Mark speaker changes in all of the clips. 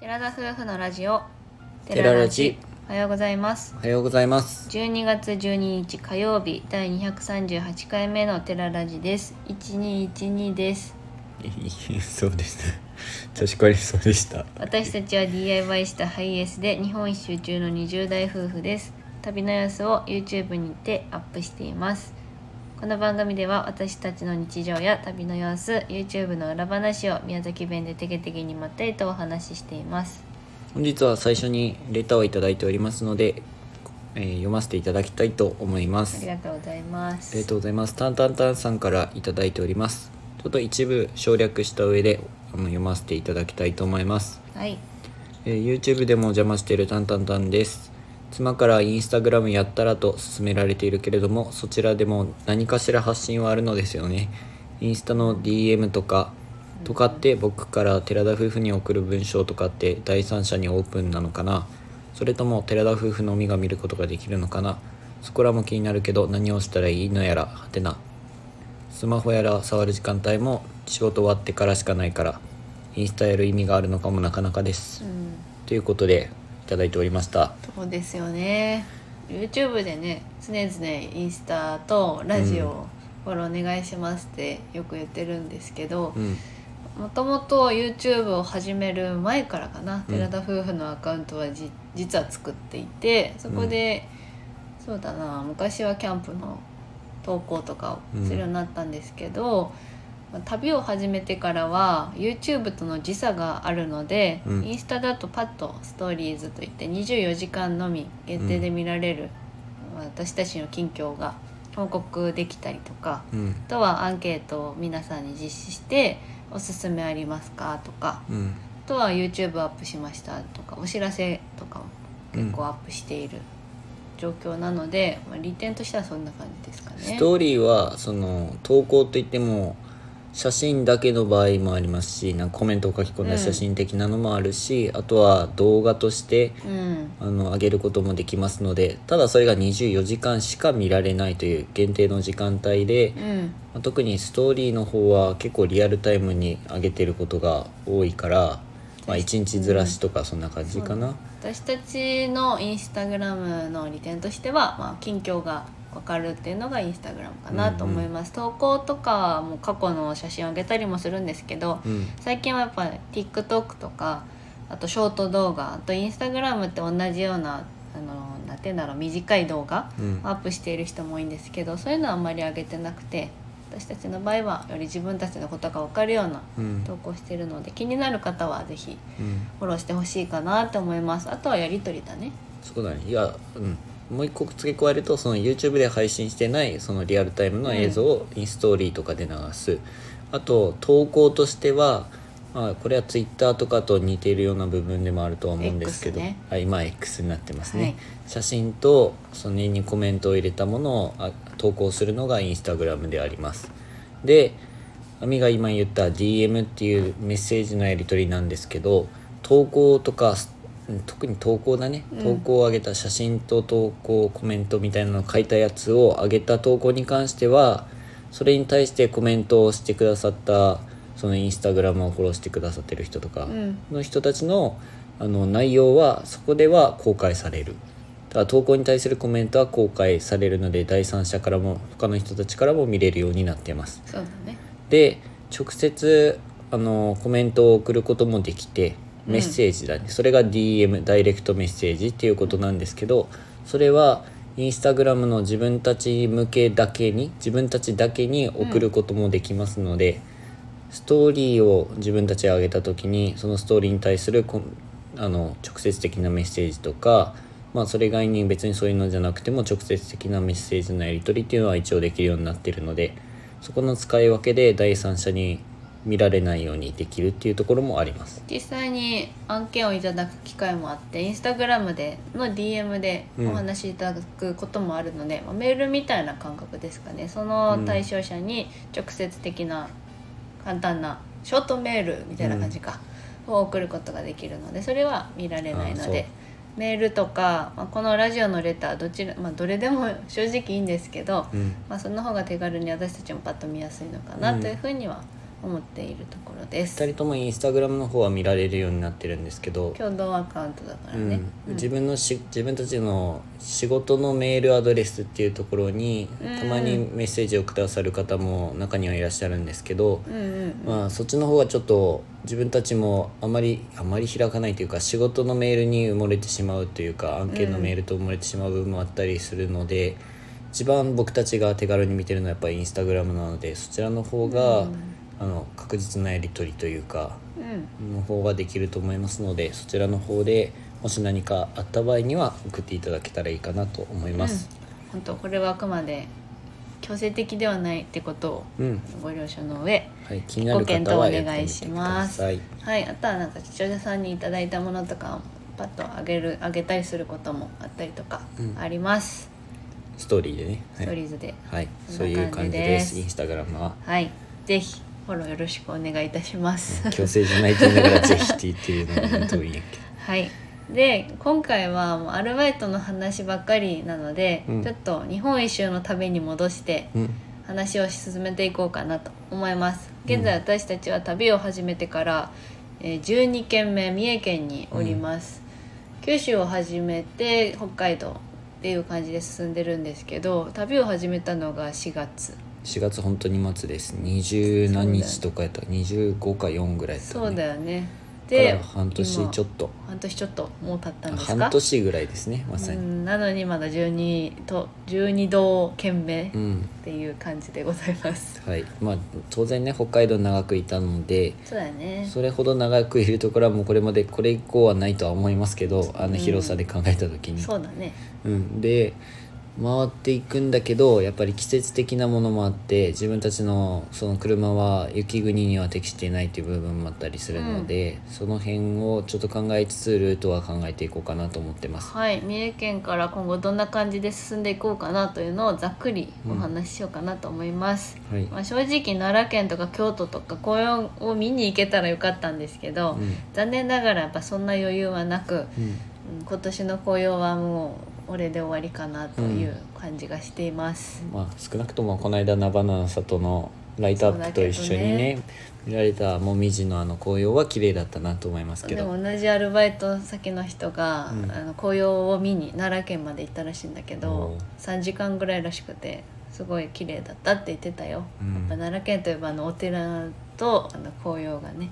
Speaker 1: 寺田夫婦のラジオ
Speaker 2: テララジ
Speaker 1: おはようございます
Speaker 2: おはようございます
Speaker 1: 12月12日火曜日第238回目のテララジです1212です
Speaker 2: そうですね確かにそうでした
Speaker 1: 私たちは DIY したハイエースで日本一周中の20代夫婦です旅の様子を YouTube にてアップしていますこの番組では私たちの日常や旅の様子 YouTube の裏話を宮崎弁でテケテケにまったりとお話ししています
Speaker 2: 本日は最初にレターをいただいておりますので、えー読ませていただきたいと思いま
Speaker 1: あ
Speaker 2: す
Speaker 1: りがとうございます
Speaker 2: ありがとうございますタンタンタンさんからいただいておりますちょっと一部省略した上であの読ませていただきたいと思います
Speaker 1: はい
Speaker 2: えー YouTube でもお邪魔しているタンタンタンです妻からインスタグラムやったらと勧められているけれどもそちらでも何かしら発信はあるのですよねインスタの DM とかとかって僕から寺田夫婦に送る文章とかって第三者にオープンなのかなそれとも寺田夫婦のみが見ることができるのかなそこらも気になるけど何をしたらいいのやらはてなスマホやら触る時間帯も仕事終わってからしかないからインスタやる意味があるのかもなかなかです
Speaker 1: うん
Speaker 2: ということでいただいておりました
Speaker 1: そうですよね YouTube でね常々インスタとラジオをフォローお願いしますってよく言ってるんですけど
Speaker 2: うん
Speaker 1: もともと YouTube を始める前からかな
Speaker 2: うん
Speaker 1: 寺田夫婦のアカウントはじ実は作っていてそこで、そうだな昔はキャンプの投稿とかをするようになったんですけど、まあ旅を始めてからは YouTube との時差があるので、
Speaker 2: うん
Speaker 1: インスタだとパッとストーリーズといって24時間のみ限定で見られる、私たちの近況が報告できたりとか。
Speaker 2: うん
Speaker 1: あとはアンケートを皆さんに実施して「おすすめありますか?」とか
Speaker 2: うん
Speaker 1: あとは YouTube アップしましたとかお知らせとかを結構アップしている状況なので、まあ、利点としてはそんな感じですかね。
Speaker 2: ストーリーはその投稿といっても写真だけの場合もありますしなんかコメントを書き込んだ写真的なのもあるし、あとは動画として
Speaker 1: うん
Speaker 2: あの上げることもできますのでただそれが24時間しか見られないという限定の時間帯で、
Speaker 1: うん
Speaker 2: まあ特にストーリーの方は結構リアルタイムに上げてることが多いから、まあ、1日ずらしとかそんな感じかな。
Speaker 1: 私たちのインスタグラムの利点としては、まあ、近況が分かるっていうのがインスタグラムかなと思います、投稿とかも過去の写真を上げたりもするんですけど、
Speaker 2: うん
Speaker 1: 最近はやっぱ TikTok とかあとショート動画あと Instagram って同じようなあのなんて言うんだろう短い動画
Speaker 2: うん
Speaker 1: をアップしている人も多いんですけどそういうのはあんまり上げてなくて私たちの場合はより自分たちのことが分かるような
Speaker 2: うん
Speaker 1: 投稿してるので気になる方は是非
Speaker 2: うん
Speaker 1: フォローしてほしいかなと思いますあとはやり取りだね
Speaker 2: そうだねいや、うん、もう一個付け加えるとその YouTube で配信してないそのリアルタイムの映像をインストーリーとかで流す、あと投稿としては、まあ、これは Twitter とかと似ているような部分でもあるとは思うんですけど、
Speaker 1: X ね
Speaker 2: あ今は X になってますね、
Speaker 1: はい
Speaker 2: 写真とそのにコメントを入れたものをあ投稿するのが Instagram でありますでアミが今言った DM っていうメッセージのやり取りなんですけど投稿とかすうん特に投稿だね、
Speaker 1: うん
Speaker 2: 投稿を上げた写真と投稿コメントみたいなのを書いたやつを上げた投稿に関してはそれに対してコメントをしてくださったそのインスタグラムをフォローしてくださってる人とか
Speaker 1: うん
Speaker 2: の人たちの,、あの内容はそこでは公開されるただ投稿に対するコメントは公開されるので第三者からも他の人たちからも見れるようになってます
Speaker 1: そうだね
Speaker 2: で直接あのコメントを送ることもできて
Speaker 1: うん
Speaker 2: メッセージだね、それが DM ダイレクトメッセージっていうことなんですけどそれはインスタグラムの自分たち向けだけに自分たちだけに送ることもできますので、ストーリーを自分たちが上げた時にそのストーリーに対するこあの直接的なメッセージとか、まあ、それ以外に別にそういうのじゃなくても直接的なメッセージのやり取りっていうのは一応できるようになってるのでそこの使い分けで第三者に見られないようにできるっていうところもあります。
Speaker 1: 実際に案件をいただく機会もあってインスタグラムでの DM で
Speaker 2: うん
Speaker 1: お話しいただくこともあるので、まあメールみたいな感覚ですかねその対象者に直接的な簡単なショートメールみたいな感じか、を送ることができるのでそれは見られない
Speaker 2: あ
Speaker 1: の
Speaker 2: そう
Speaker 1: で。メールとか、まあ、このラジオのレターどちら、まあ、どれでも正直いいんですけど、
Speaker 2: うん
Speaker 1: まあ、その方が手軽に私たちもパッと見やすいのかなというふうには思っているところです
Speaker 2: 2人ともインスタグラムの方は見られるようになってるんですけど、
Speaker 1: 共同アカウントだからね、
Speaker 2: うん、自分のし自分たちの仕事のメールアドレスっていうところに
Speaker 1: うん
Speaker 2: たまにメッセージをくださる方も中にはいらっしゃるんですけど、
Speaker 1: うんうん
Speaker 2: まあ、そっちの方はちょっと自分たちもあまりあまり開かないというか仕事のメールに埋もれてしまうというか案件のメールと埋もれてしまう部分もあったりするので、一番僕たちが手軽に見てるのはやっぱりインスタグラムなのでそちらの方が、
Speaker 1: うん
Speaker 2: あの確実なやり取りというか
Speaker 1: うん
Speaker 2: の方ができると思いますのでそちらの方でもし何かあった場合には送っていただけたらいいかなと思います。
Speaker 1: 本当これはあくまで強制的ではないってことを
Speaker 2: うん、
Speaker 1: ご了承の上
Speaker 2: はい、気になる方はやってみてください。
Speaker 1: はいあとはなんか視聴者さんにいただいたものとかをパッとあげるあげたりすることもあったりとか
Speaker 2: うん
Speaker 1: あります、
Speaker 2: ストーリーでね。は
Speaker 1: ス
Speaker 2: い
Speaker 1: トーリーズで
Speaker 2: はい、
Speaker 1: そ
Speaker 2: そ
Speaker 1: ん
Speaker 2: う
Speaker 1: ない感
Speaker 2: う
Speaker 1: じ
Speaker 2: 感じ
Speaker 1: で
Speaker 2: ですす。インスタグラムは
Speaker 1: はいぜひフォローよろしくお願いいたします、
Speaker 2: 強制じゃないと言いながらぜひって言ってるのが本当にいいけど。
Speaker 1: はいで今回はもうアルバイトの話ばっかりなので、
Speaker 2: うん
Speaker 1: ちょっと日本一周の旅に戻して
Speaker 2: うん、
Speaker 1: 話を進めていこうかなと思います現在私たちは旅を始めてから、えー12県目三重県におります、九州を始めて北海道っていう感じで進んでるんですけど旅を始めたのが4月
Speaker 2: 4月本当に末です。二十何日とかやった、二十五か四ぐらいやった、ね。
Speaker 1: そうだよね
Speaker 2: だか
Speaker 1: で
Speaker 2: ら半年ちょっ
Speaker 1: と
Speaker 2: と、
Speaker 1: 半年ちょっともう経ったんですか
Speaker 2: 半年ぐらいですね、まさ
Speaker 1: う
Speaker 2: に。
Speaker 1: んなのにまだ12と12道県目っ
Speaker 2: うん、
Speaker 1: ていう感じでございます、
Speaker 2: はい、まあ当然ね北海道長くいたので。
Speaker 1: そうだよね
Speaker 2: それほど長くいるところはもうこれまでこれ以降はないとは思いますけどあの広さで考えた時に、
Speaker 1: そうだね
Speaker 2: うん、で回っていくんだけどやっぱり季節的なものもあって自分たちのその車は雪国には適していないという部分もあったりするので、その辺をちょっと考えつつルートは考えていこうかなと思ってます。
Speaker 1: はい、三重県から今後どんな感じで進んでいこうかなというのをざっくりお話ししようかなと思います、
Speaker 2: はい、
Speaker 1: まあ、正直奈良県とか京都とか紅葉を見に行けたらよかったんですけど、
Speaker 2: うん
Speaker 1: 残念ながらやっぱそんな余裕はなく、
Speaker 2: うん
Speaker 1: うん今年の紅葉はもう俺で終わりかなという感じがしています、
Speaker 2: まあ、少なくともこの間菜花の里のライトアップと一緒にね見られたもみじのあの紅葉は綺麗だったなと思いますけ
Speaker 1: で
Speaker 2: ど
Speaker 1: も同じアルバイト先の人が、
Speaker 2: うん
Speaker 1: あの紅葉を見に奈良県まで行ったらしいんだけど
Speaker 2: おー
Speaker 1: 3時間ぐらいらしくてすごい綺麗だったって言ってたよ、
Speaker 2: う
Speaker 1: や
Speaker 2: ん
Speaker 1: っぱ奈良県といえばあのお寺とあの紅葉がね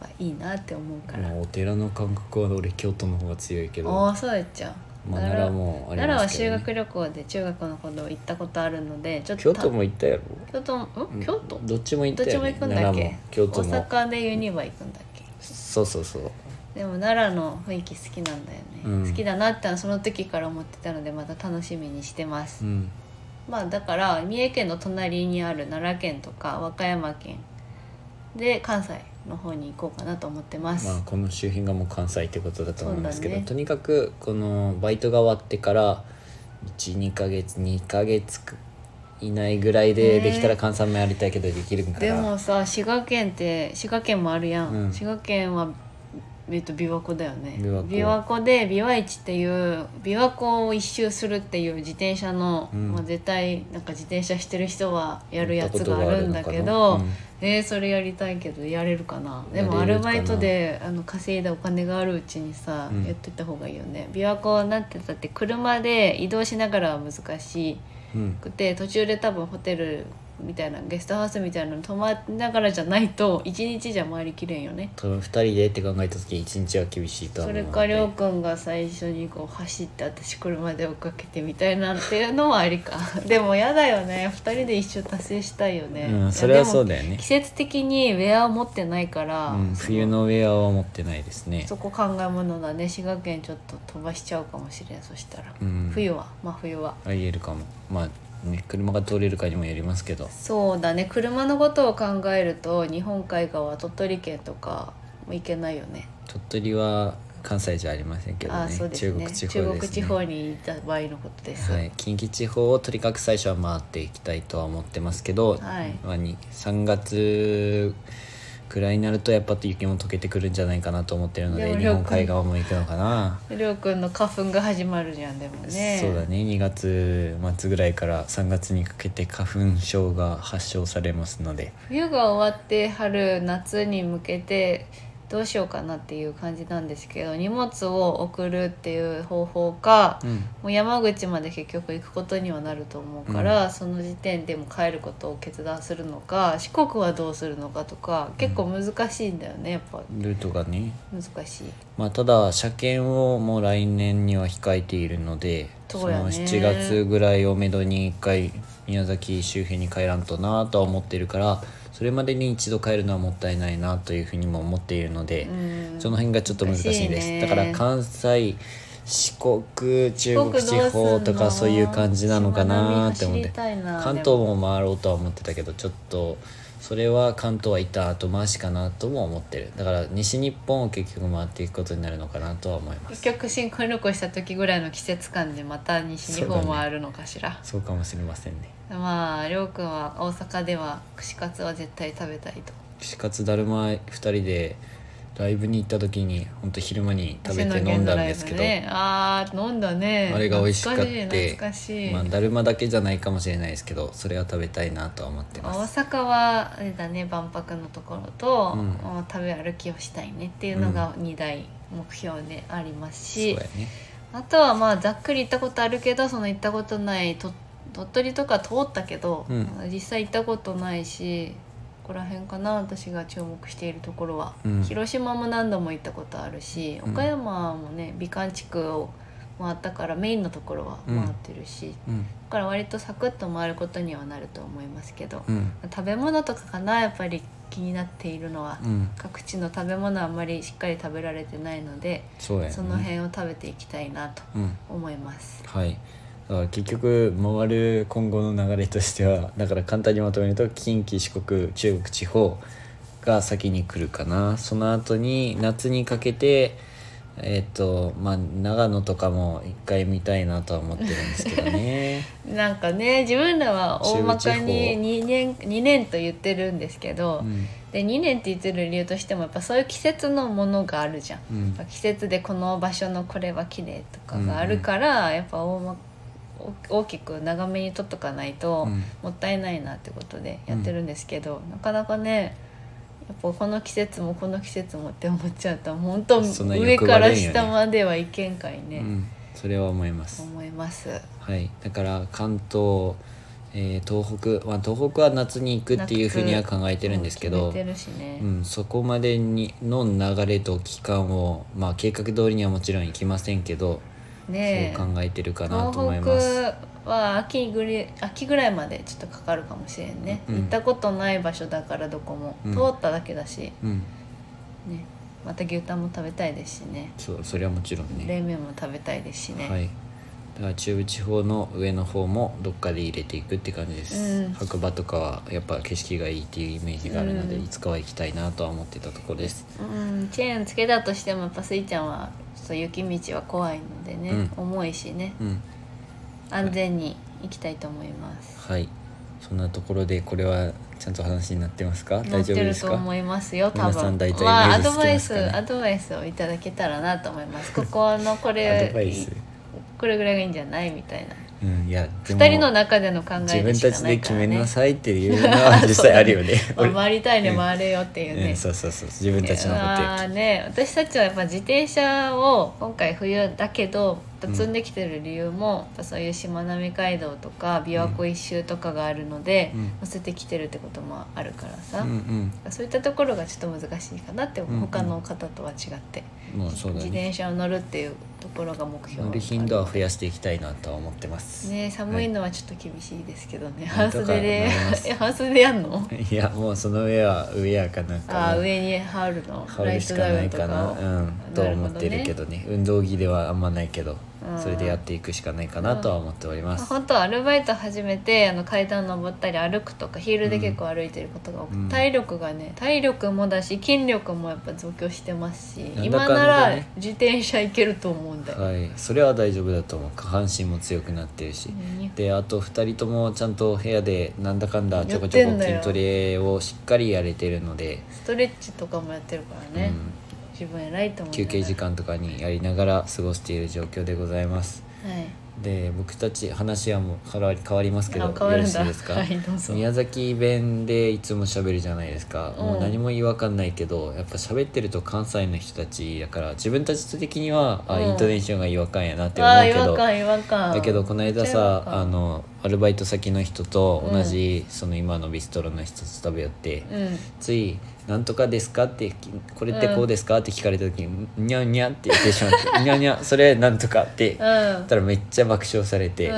Speaker 1: やっぱいいなって思うから、
Speaker 2: まあお寺の感覚は俺京都の方が強いけど、
Speaker 1: ああそうやっちゃう、
Speaker 2: まあ、
Speaker 1: 奈
Speaker 2: 奈良
Speaker 1: 良
Speaker 2: もあり
Speaker 1: 奈良
Speaker 2: ま
Speaker 1: は
Speaker 2: すけ
Speaker 1: 修
Speaker 2: ど、ね
Speaker 1: 学、旅行で中学の頃行ったことあるのでちょっと
Speaker 2: 京
Speaker 1: た
Speaker 2: 都も行ったやろ
Speaker 1: 京都も
Speaker 2: うん
Speaker 1: ん京都、
Speaker 2: どっちも行っ
Speaker 1: どったち
Speaker 2: よ、
Speaker 1: も
Speaker 2: ね
Speaker 1: 行、くんだっ
Speaker 2: 奈良
Speaker 1: け
Speaker 2: も京都も
Speaker 1: 大阪でユニバ行くんだっけ
Speaker 2: そうそうそう
Speaker 1: でも奈良の雰囲気好きなんだよね、
Speaker 2: うん
Speaker 1: 好きだなってその時から思ってたのでまた楽しみにしてます、
Speaker 2: うん
Speaker 1: まあだから三重県の隣にある奈良県とか和歌山県で関西の方に行こうかなと思ってます、
Speaker 2: まあこの周辺がもう関西ってことだと思うんですけど、
Speaker 1: そうだね
Speaker 2: とにかくこのバイトが終わってから12ヶ月2ヶ月以内ぐらい
Speaker 1: ね
Speaker 2: で
Speaker 1: え
Speaker 2: できたら関西もやりたいけどできるんか
Speaker 1: で
Speaker 2: ら、
Speaker 1: もさ滋賀県って滋賀県もあるやん、
Speaker 2: うん
Speaker 1: 滋賀県はえっと琵琶湖だよね
Speaker 2: 琵琶湖
Speaker 1: 湖で琵琶市っていう琵琶湖を一周するっていう自転車の、
Speaker 2: うん
Speaker 1: まあ、絶対なんか自転車してる人はやる
Speaker 2: や
Speaker 1: や
Speaker 2: った
Speaker 1: つ
Speaker 2: こと
Speaker 1: が
Speaker 2: が
Speaker 1: あ
Speaker 2: あ
Speaker 1: る
Speaker 2: る
Speaker 1: ん
Speaker 2: の
Speaker 1: だ
Speaker 2: かな
Speaker 1: けど、
Speaker 2: うん
Speaker 1: えーそれやりたいけどやれるかなでも
Speaker 2: や
Speaker 1: ア
Speaker 2: れ
Speaker 1: ル
Speaker 2: るかな
Speaker 1: バイトであの稼いだお金があるうちにさ、
Speaker 2: うん
Speaker 1: やっといた方がいいよね琵琶湖なんてだって車で移動しながらは難しい
Speaker 2: うん
Speaker 1: くて途中で多分ホテルみたいなゲストハウスみたいなのに泊まりながらじゃない と一日じゃ回りきれんよね
Speaker 2: 多分2人でって考えた時1日は厳しいとは
Speaker 1: そ
Speaker 2: 思う
Speaker 1: れ
Speaker 2: ので
Speaker 1: かりょうくんが最初にこう走って私車で追っかけてみたいなっていうのはあり かでもやだよね2人で一緒達成したいよね、
Speaker 2: うん、それはそう
Speaker 1: いや
Speaker 2: だよ
Speaker 1: で
Speaker 2: ね
Speaker 1: も季、節的にウェアを持ってないから、
Speaker 2: うん、
Speaker 1: そ
Speaker 2: 冬のウェアは持ってないですね
Speaker 1: そこ考えものだね滋賀県ちょっと飛ばしちゃうかもしれんそしたら、
Speaker 2: うん
Speaker 1: 冬は真冬は
Speaker 2: ありえるかもまあね車が通れるかにもよりますけど
Speaker 1: そうだね車のことを考えると日本海側鳥取県とかも行けないよね
Speaker 2: 鳥取は関西じゃありませんけど
Speaker 1: あ
Speaker 2: ね
Speaker 1: あそうです
Speaker 2: 中
Speaker 1: ね
Speaker 2: 国地方ですね
Speaker 1: 中国地方に行った場合のことです、
Speaker 2: はい、近畿地方をとにかく最初は回っていきたいとは思ってますけ
Speaker 1: は
Speaker 2: ど、
Speaker 1: い
Speaker 2: まあ、に3月くらいになるとやっぱ雪も溶けてくるんじゃないかなと思ってるの
Speaker 1: で
Speaker 2: で
Speaker 1: も
Speaker 2: 日本海側も行くのかな、
Speaker 1: りょうくんの花粉が始まるじゃんでもね
Speaker 2: そうだね2月末ぐらいから3月にかけて花粉症が発症されますので
Speaker 1: 冬が終わって春夏に向けてどうしようかなっていう感じなんですけど荷物を送るっていう方法か
Speaker 2: うん
Speaker 1: もう山口まで結局行くことにはなると思うから、その時点でも帰ることを決断するのか四国はどうするのかとか結構難しいんだよねやっぱ
Speaker 2: ルートがね
Speaker 1: 難しい。
Speaker 2: まあ、ただ車検をもう来年には控えているので
Speaker 1: そうやね
Speaker 2: の7月ぐらいをめどに1回宮崎周辺に帰らんとなとは思ってるからそれまでに一度帰るのはもったいないなというふうにも思っているので、
Speaker 1: うん
Speaker 2: その辺がちょっと難しいで
Speaker 1: 難し
Speaker 2: す
Speaker 1: いね
Speaker 2: だから関西四国中
Speaker 1: 四
Speaker 2: 国
Speaker 1: 国どうすん
Speaker 2: 地
Speaker 1: の
Speaker 2: 方とかそういう感じなのかなって思っ
Speaker 1: 島並み走
Speaker 2: て
Speaker 1: りたいな
Speaker 2: 関東も回ろうとは思ってたけどちょっとそれは関東は一旦後回しかなとも思ってるだから西日本を結局回っていくことになるのかなとは思います
Speaker 1: 結局新婚旅行した時ぐらいの季節感でまた西日
Speaker 2: そう
Speaker 1: 本
Speaker 2: だね
Speaker 1: もあるのかしら、
Speaker 2: そうかもしれませんね
Speaker 1: まありょうくんは大阪では串カツは絶対食べたいと
Speaker 2: 串カツだるま2人でライブに行った時に本当昼間に食べ
Speaker 1: 星
Speaker 2: て
Speaker 1: 野
Speaker 2: 飲ん
Speaker 1: 源
Speaker 2: だ
Speaker 1: の
Speaker 2: ん
Speaker 1: ライ
Speaker 2: で
Speaker 1: ブ
Speaker 2: すけど、
Speaker 1: ね、あー飲んだね
Speaker 2: あれが美味しかった
Speaker 1: 懐かしい
Speaker 2: まあ
Speaker 1: 懐かしい、
Speaker 2: だるまだけじゃないかもしれないですけどそれは食べたいなとは思ってます
Speaker 1: 大阪はあれだね万博のところと、
Speaker 2: うん
Speaker 1: まあ食べ歩きをしたいねっていうのが2大目標でありますし、
Speaker 2: そうやね
Speaker 1: あとはまあざっくり行ったことあるけどその行ったことないと鳥取とか通ったけど、
Speaker 2: うん
Speaker 1: 実際行ったことないしここら辺かな私が注目しているところは、
Speaker 2: うん
Speaker 1: 広島も何度も行ったことあるし
Speaker 2: うん
Speaker 1: 岡山もね美観地区を回ったからメインのところは回ってるし、
Speaker 2: うん
Speaker 1: だから割とサクッと回ることにはなると思いますけど、
Speaker 2: うん
Speaker 1: 食べ物とかかなやっぱり気になっているのは、
Speaker 2: うん
Speaker 1: 各地の食べ物はあんまりしっかり食べられてないので。
Speaker 2: そうやね
Speaker 1: その辺を食べていきたいなと
Speaker 2: うん
Speaker 1: 思います。
Speaker 2: はいだから結局回る今後の流れとしてはだから簡単にまとめると近畿四国中国地方が先に来るかなその後に夏にかけてえっ、とまあ長野とかも一回見たいなとは思ってるんですけどね
Speaker 1: なんかね自分らは大まか
Speaker 2: 中地
Speaker 1: に
Speaker 2: 方
Speaker 1: 2年 ,2 年と言ってるんですけど、
Speaker 2: うん
Speaker 1: で2年って言ってる理由としてもやっぱそういう季節のものがあるじゃん。
Speaker 2: うん
Speaker 1: やっぱ季節でこの場所のこれは綺麗とかがあるから、やっぱ大,、ま、大大きく長めに取っとかないと
Speaker 2: うん
Speaker 1: もったいないなってことでやってるんですけど、なかなかねやっぱこの季節もこの季節もって思っちゃうと本当
Speaker 2: そんな
Speaker 1: 上
Speaker 2: 欲
Speaker 1: か
Speaker 2: 張れ
Speaker 1: ら
Speaker 2: んよね
Speaker 1: 下まではいけんかいうね。
Speaker 2: ん、それは思います
Speaker 1: 思います。
Speaker 2: はい、だから関東、えー東北、まあ、東北は夏に行くっていうふうには考えてるんですけ
Speaker 1: うん
Speaker 2: ど、
Speaker 1: 決めてるしね
Speaker 2: う。ん、そこまでにの流れと期間を、まあ、計画通りにはもちろん行きませんけど、
Speaker 1: ねえ
Speaker 2: そう考えてるかな
Speaker 1: 東
Speaker 2: と思います。
Speaker 1: 北は秋ぐり秋ぐらいまでちょっとかかるかもしれんね、
Speaker 2: うん
Speaker 1: 行ったことない場所だからどこも、
Speaker 2: うん
Speaker 1: 通っただけだし、
Speaker 2: うん、
Speaker 1: ね、また牛タンも食べたいですしね
Speaker 2: そうそれはもちろんね。
Speaker 1: 冷麺も食べたいですしね、
Speaker 2: はい、だから中部地方の上の方もどっかで入れていくって感じです、
Speaker 1: うん
Speaker 2: 白馬とかはやっぱ景色がいいっていうイメージがあるので、
Speaker 1: うん
Speaker 2: いつかは行きたいなとは思ってたところです。
Speaker 1: うんチェーンつけたとしてもやっぱスイちゃんはちょっと雪道は怖いのでね、
Speaker 2: うん
Speaker 1: 重いしね
Speaker 2: うん
Speaker 1: 安全に行きたいと思います、
Speaker 2: はい。そんなところでこれはちゃんと話になってますか？大丈夫
Speaker 1: 乗って
Speaker 2: で
Speaker 1: る
Speaker 2: す
Speaker 1: と
Speaker 2: か
Speaker 1: 思？いますよ多分
Speaker 2: 皆さん大体イメ
Speaker 1: まあア
Speaker 2: ージ
Speaker 1: ド
Speaker 2: つき
Speaker 1: バイ
Speaker 2: ます
Speaker 1: ス、
Speaker 2: かね
Speaker 1: アドバイスをいただけたらなと思いますここのこ
Speaker 2: ア
Speaker 1: れ
Speaker 2: ドバイス。
Speaker 1: これぐらいがいいんじゃないみたいな
Speaker 2: うんいやでも
Speaker 1: 2人の中での考
Speaker 2: 自
Speaker 1: えで
Speaker 2: 分
Speaker 1: したか
Speaker 2: ち
Speaker 1: な
Speaker 2: で
Speaker 1: い
Speaker 2: 決
Speaker 1: から
Speaker 2: めな
Speaker 1: ね
Speaker 2: さいっていうのは実際あるよ ね。
Speaker 1: まあ
Speaker 2: 俺
Speaker 1: 回りたいね回れよっていう
Speaker 2: う
Speaker 1: ね
Speaker 2: ん、そうそうそう自分たちのこ
Speaker 1: あーね私たちはやっぱ自転車を今回冬だけど積んできてる理由も、やっぱそういうしまなみ海道とか琵琶湖一周とかがあるので、
Speaker 2: うん
Speaker 1: 乗せてきてるってこともあるから
Speaker 2: と。
Speaker 1: さ、
Speaker 2: うん
Speaker 1: そういったところがちょっと難しいかなって思う、
Speaker 2: うんうん
Speaker 1: 他の方とは違って、
Speaker 2: うん。もうそうだ
Speaker 1: 自
Speaker 2: ね。
Speaker 1: 転車を乗るっていうところが目標
Speaker 2: 乗る頻度は増やしていきたいなとは思ってます。
Speaker 1: ね寒いのはちょっと厳しいですけどね、半
Speaker 2: とか
Speaker 1: 袖で
Speaker 2: なります
Speaker 1: え半袖でやんの
Speaker 2: いやもうその上は上やかなんか。
Speaker 1: あー上に羽織るの
Speaker 2: 羽織るしかない
Speaker 1: ライト
Speaker 2: かな、
Speaker 1: ダウン
Speaker 2: うん、と
Speaker 1: なるほどね
Speaker 2: 思ってるけどね運動着ではあんまないけど
Speaker 1: うん
Speaker 2: それでやっていくしかないかなとは思っております、
Speaker 1: 本当アルバイト始めてあの階段登ったり歩くとかヒールで結構歩いてることが多くて、
Speaker 2: うん
Speaker 1: 体力がね体力もだし筋力もやっぱ増強してますし、
Speaker 2: なんだ
Speaker 1: 今
Speaker 2: かんだね
Speaker 1: なら自転車行けると思うんだよ、
Speaker 2: はい、それは大丈夫だと思う下半身も強くなってるし、
Speaker 1: うん
Speaker 2: であと2人ともちゃんと部屋でなんだかんだちょこちょ
Speaker 1: やってん
Speaker 2: こ
Speaker 1: だよ
Speaker 2: 筋トレをしっかりやれてるので、
Speaker 1: ストレッチとかもやってるからね、自分偉いと思
Speaker 2: うん、
Speaker 1: う
Speaker 2: 休憩時間とかにやりながら過ごしている状況でございます
Speaker 1: はい
Speaker 2: で僕たち話はもう変わり変わりますけど
Speaker 1: あ
Speaker 2: よ
Speaker 1: 変わ
Speaker 2: ろ
Speaker 1: るん
Speaker 2: し
Speaker 1: だ
Speaker 2: いです か、
Speaker 1: はいどうぞ
Speaker 2: 宮崎弁でいつも喋るじゃないですか、
Speaker 1: うん
Speaker 2: もう何も違和感ないけどやっぱ喋ってると関西の人たちだから自分たち的には、あ
Speaker 1: うん
Speaker 2: イントネーションが違和感やなって思
Speaker 1: あ
Speaker 2: う
Speaker 1: ー
Speaker 2: け
Speaker 1: 違
Speaker 2: ど
Speaker 1: 和感違和感
Speaker 2: だけどこの間さあ
Speaker 1: の
Speaker 2: のアルバイト先の人と同じ、その今のビストロの人と食べよって、
Speaker 1: うん
Speaker 2: つい「なんとかですか?」ってき「これってこうですか?」って聞かれた時に「にゃんにゃん」って言ってしま って「にゃんにゃんそれなんとか」って言っ
Speaker 1: うん
Speaker 2: たらめっちゃ爆笑されて
Speaker 1: う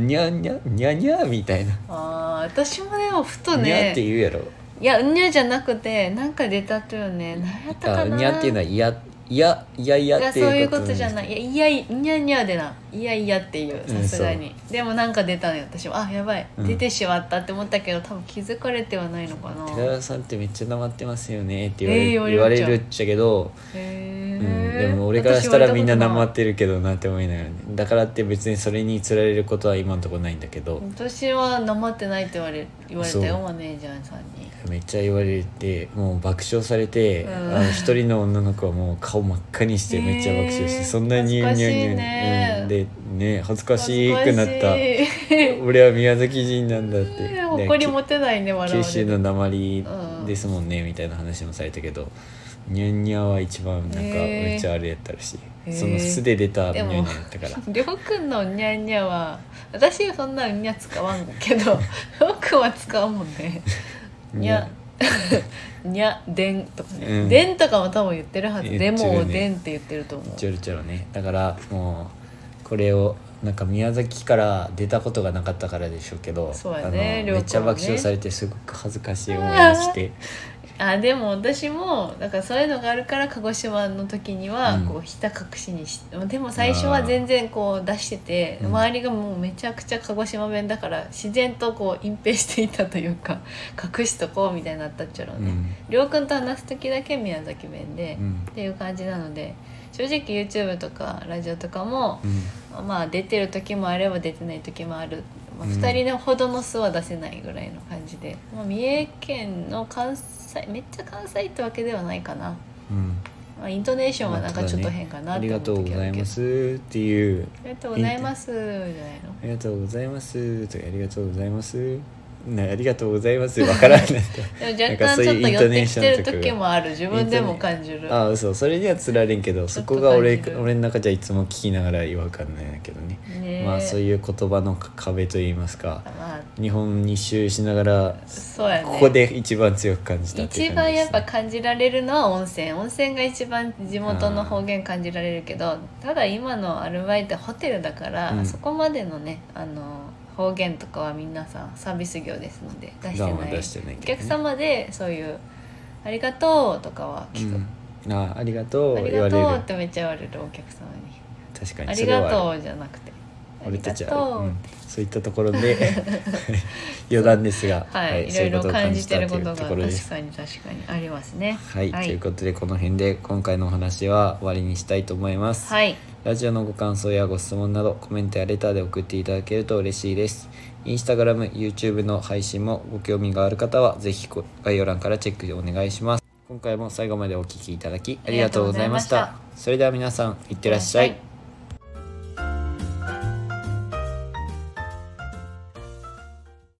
Speaker 1: ん
Speaker 2: 「にゃんにゃんにゃんにゃん」みたいな
Speaker 1: あー私もでもふと
Speaker 2: 「にゃん」
Speaker 1: ね
Speaker 2: って言うやろ
Speaker 1: いや、うんにゃじゃなくて、なんか出たとよね。何やった
Speaker 2: あ
Speaker 1: かな。
Speaker 2: にゃんっていうのは「いやいやいやいや」っ
Speaker 1: い
Speaker 2: て
Speaker 1: やそうい
Speaker 2: いう
Speaker 1: うこ
Speaker 2: こと
Speaker 1: とじゃない。いや、いやい、にゃんにゃでな。いやいやっていう、
Speaker 2: うん
Speaker 1: さすがに。でもなんか出たのよ、私は。あ、やばい。
Speaker 2: うん
Speaker 1: 出てしまったって思ったけど、多分気づかれてはないのかな。
Speaker 2: 寺
Speaker 1: へ
Speaker 2: 田さんってめっちゃなまってますよねって言われ,、
Speaker 1: えー
Speaker 2: 言
Speaker 1: 言
Speaker 2: わ
Speaker 1: わ
Speaker 2: れ
Speaker 1: れる
Speaker 2: るっちゃけど
Speaker 1: え、
Speaker 2: うん、でも俺からしたらみんななま
Speaker 1: ま
Speaker 2: ってるけどなって思いながらねだからって別にそれにつられることは今のところないんだけど
Speaker 1: 私はなまってないって言われ言われた
Speaker 2: そ
Speaker 1: よ
Speaker 2: う
Speaker 1: マネージャーさんに
Speaker 2: めっちゃ言われてもう爆笑されて、
Speaker 1: うん
Speaker 2: あの一人の女の子はもう顔真っ赤にしてめっちゃ爆笑して、
Speaker 1: えー
Speaker 2: そんなにニュー
Speaker 1: 恥
Speaker 2: ニ
Speaker 1: ずか
Speaker 2: ュ
Speaker 1: しい
Speaker 2: ーニュー
Speaker 1: ね
Speaker 2: うん、でね恥ずかしくなった
Speaker 1: 恥ずかしい
Speaker 2: 俺は宮崎人なんだってで
Speaker 1: 誇り持てないね笑われ
Speaker 2: 九
Speaker 1: る
Speaker 2: 州のなまり
Speaker 1: うん
Speaker 2: ですもんねみたいな話もされたけどニャンニャは一番なんかめっちゃあれやったらしい、
Speaker 1: へー
Speaker 2: その素で出たニ
Speaker 1: で
Speaker 2: ャン
Speaker 1: も
Speaker 2: ニャだったから
Speaker 1: りょうくんのニャンニャは私はそんなにゃ使わんけ どりょうくんは使うもんねにゃ にゃでんとかね、
Speaker 2: うん
Speaker 1: でんとかも多分言ってるはず、
Speaker 2: 言って
Speaker 1: で
Speaker 2: るね
Speaker 1: もおでんって言ってると思う
Speaker 2: ちょろちょろねだからもうこれをなんか宮崎から出たことがなかったからでしょうけど
Speaker 1: そうやね
Speaker 2: あ
Speaker 1: り
Speaker 2: の
Speaker 1: ょうくんはね
Speaker 2: めっちゃ爆笑されてすごく恥ずかしい思い をして
Speaker 1: あでも私もだからそういうのがあるから鹿児島の時には
Speaker 2: うん
Speaker 1: こうひた隠しにし、でも最初は全然こう出してて
Speaker 2: うん
Speaker 1: 周りがもうめちゃくちゃ鹿児島弁だから自然とこう隠蔽していたというか隠しとこうみたいになったっちゃろう
Speaker 2: う
Speaker 1: ね、
Speaker 2: ん
Speaker 1: りょうくんと話す時だけ宮崎弁で、
Speaker 2: うん
Speaker 1: っていう感じなので正直 YouTube とかラジオとかも、
Speaker 2: うん
Speaker 1: まあ出てる時もあれば出てない時もある、まあ、
Speaker 2: うん
Speaker 1: 2人のほどの素は出せないぐらいの感じで、まあ、三重県の関西めっちゃ関西ってわけではないかな、
Speaker 2: うん
Speaker 1: まあ、イントネーションはなんかちょっと変かな
Speaker 2: あ
Speaker 1: っ
Speaker 2: り
Speaker 1: て
Speaker 2: がとう
Speaker 1: 思う
Speaker 2: ご
Speaker 1: 時
Speaker 2: ざ
Speaker 1: あ
Speaker 2: い
Speaker 1: るけ
Speaker 2: ま
Speaker 1: ど
Speaker 2: すっていう
Speaker 1: ありがとうございますじゃないの
Speaker 2: ありがとうございますとかありがとうございますねありがとうございますわからんなった
Speaker 1: でも
Speaker 2: なん
Speaker 1: 若
Speaker 2: かそう
Speaker 1: 干ちょ
Speaker 2: い
Speaker 1: っ
Speaker 2: う
Speaker 1: と寄
Speaker 2: イント
Speaker 1: っ
Speaker 2: ネー
Speaker 1: て
Speaker 2: シ
Speaker 1: き
Speaker 2: ョン
Speaker 1: て
Speaker 2: と
Speaker 1: る
Speaker 2: かが
Speaker 1: 時もある自分でも感じる
Speaker 2: ああそうそれにはつられんけどそこが俺俺の中じゃいつも聞きながら違和感ないんだけどね
Speaker 1: ね
Speaker 2: まあそう
Speaker 1: う
Speaker 2: いう言葉の壁といいますか
Speaker 1: まあ
Speaker 2: 日本一周しながら
Speaker 1: そうやね
Speaker 2: ここで一番強く感じたってい
Speaker 1: 一
Speaker 2: う感
Speaker 1: 番
Speaker 2: じで
Speaker 1: や
Speaker 2: す、
Speaker 1: っぱ
Speaker 2: ね、
Speaker 1: 感じられるのは温泉温泉が一番地元の方言感じられるけどただ今のアルバイトホテルだから、
Speaker 2: うん
Speaker 1: そこまでのねあの方言とかは皆さんサービス業ですので出して
Speaker 2: ダ
Speaker 1: ない
Speaker 2: ウンは出してない
Speaker 1: お
Speaker 2: けど、
Speaker 1: 客
Speaker 2: ね、
Speaker 1: 様でそういう「ありがとう」とかは聞く
Speaker 2: うん、ああありがと
Speaker 1: あ
Speaker 2: う
Speaker 1: り
Speaker 2: 言わ
Speaker 1: が
Speaker 2: れる
Speaker 1: とう」ってめっちゃ言われるお客様に
Speaker 2: 確か
Speaker 1: 「あ
Speaker 2: に
Speaker 1: り
Speaker 2: それは
Speaker 1: が
Speaker 2: あ
Speaker 1: と
Speaker 2: る
Speaker 1: う」じゃなくて「あ
Speaker 2: 俺
Speaker 1: り
Speaker 2: た
Speaker 1: が
Speaker 2: ちは、
Speaker 1: とう
Speaker 2: うん、そういったところで 余談ですが、
Speaker 1: はい、い、
Speaker 2: そう
Speaker 1: ろいう
Speaker 2: いこ
Speaker 1: ろ
Speaker 2: とを
Speaker 1: 感
Speaker 2: 感
Speaker 1: じ
Speaker 2: じ
Speaker 1: て
Speaker 2: た
Speaker 1: る
Speaker 2: と
Speaker 1: こ
Speaker 2: いう
Speaker 1: とが
Speaker 2: と
Speaker 1: 確
Speaker 2: ころです。
Speaker 1: かに確かにありますね
Speaker 2: はい、
Speaker 1: は
Speaker 2: という
Speaker 1: い、
Speaker 2: ことでこの辺で今回のお話は終わりにしたいと思います。
Speaker 1: はい
Speaker 2: ラジオのご感想やご質問などコメントやレターで送っていただけると嬉しいです。インスタグラム、YouTube の配信もご興味がある方はぜひご概要欄からチェックお願いします。今回も最後までお聞きいただきありがとうございました。
Speaker 1: ありがとうござい
Speaker 2: それでは皆さん、いってらっしゃい。
Speaker 1: はい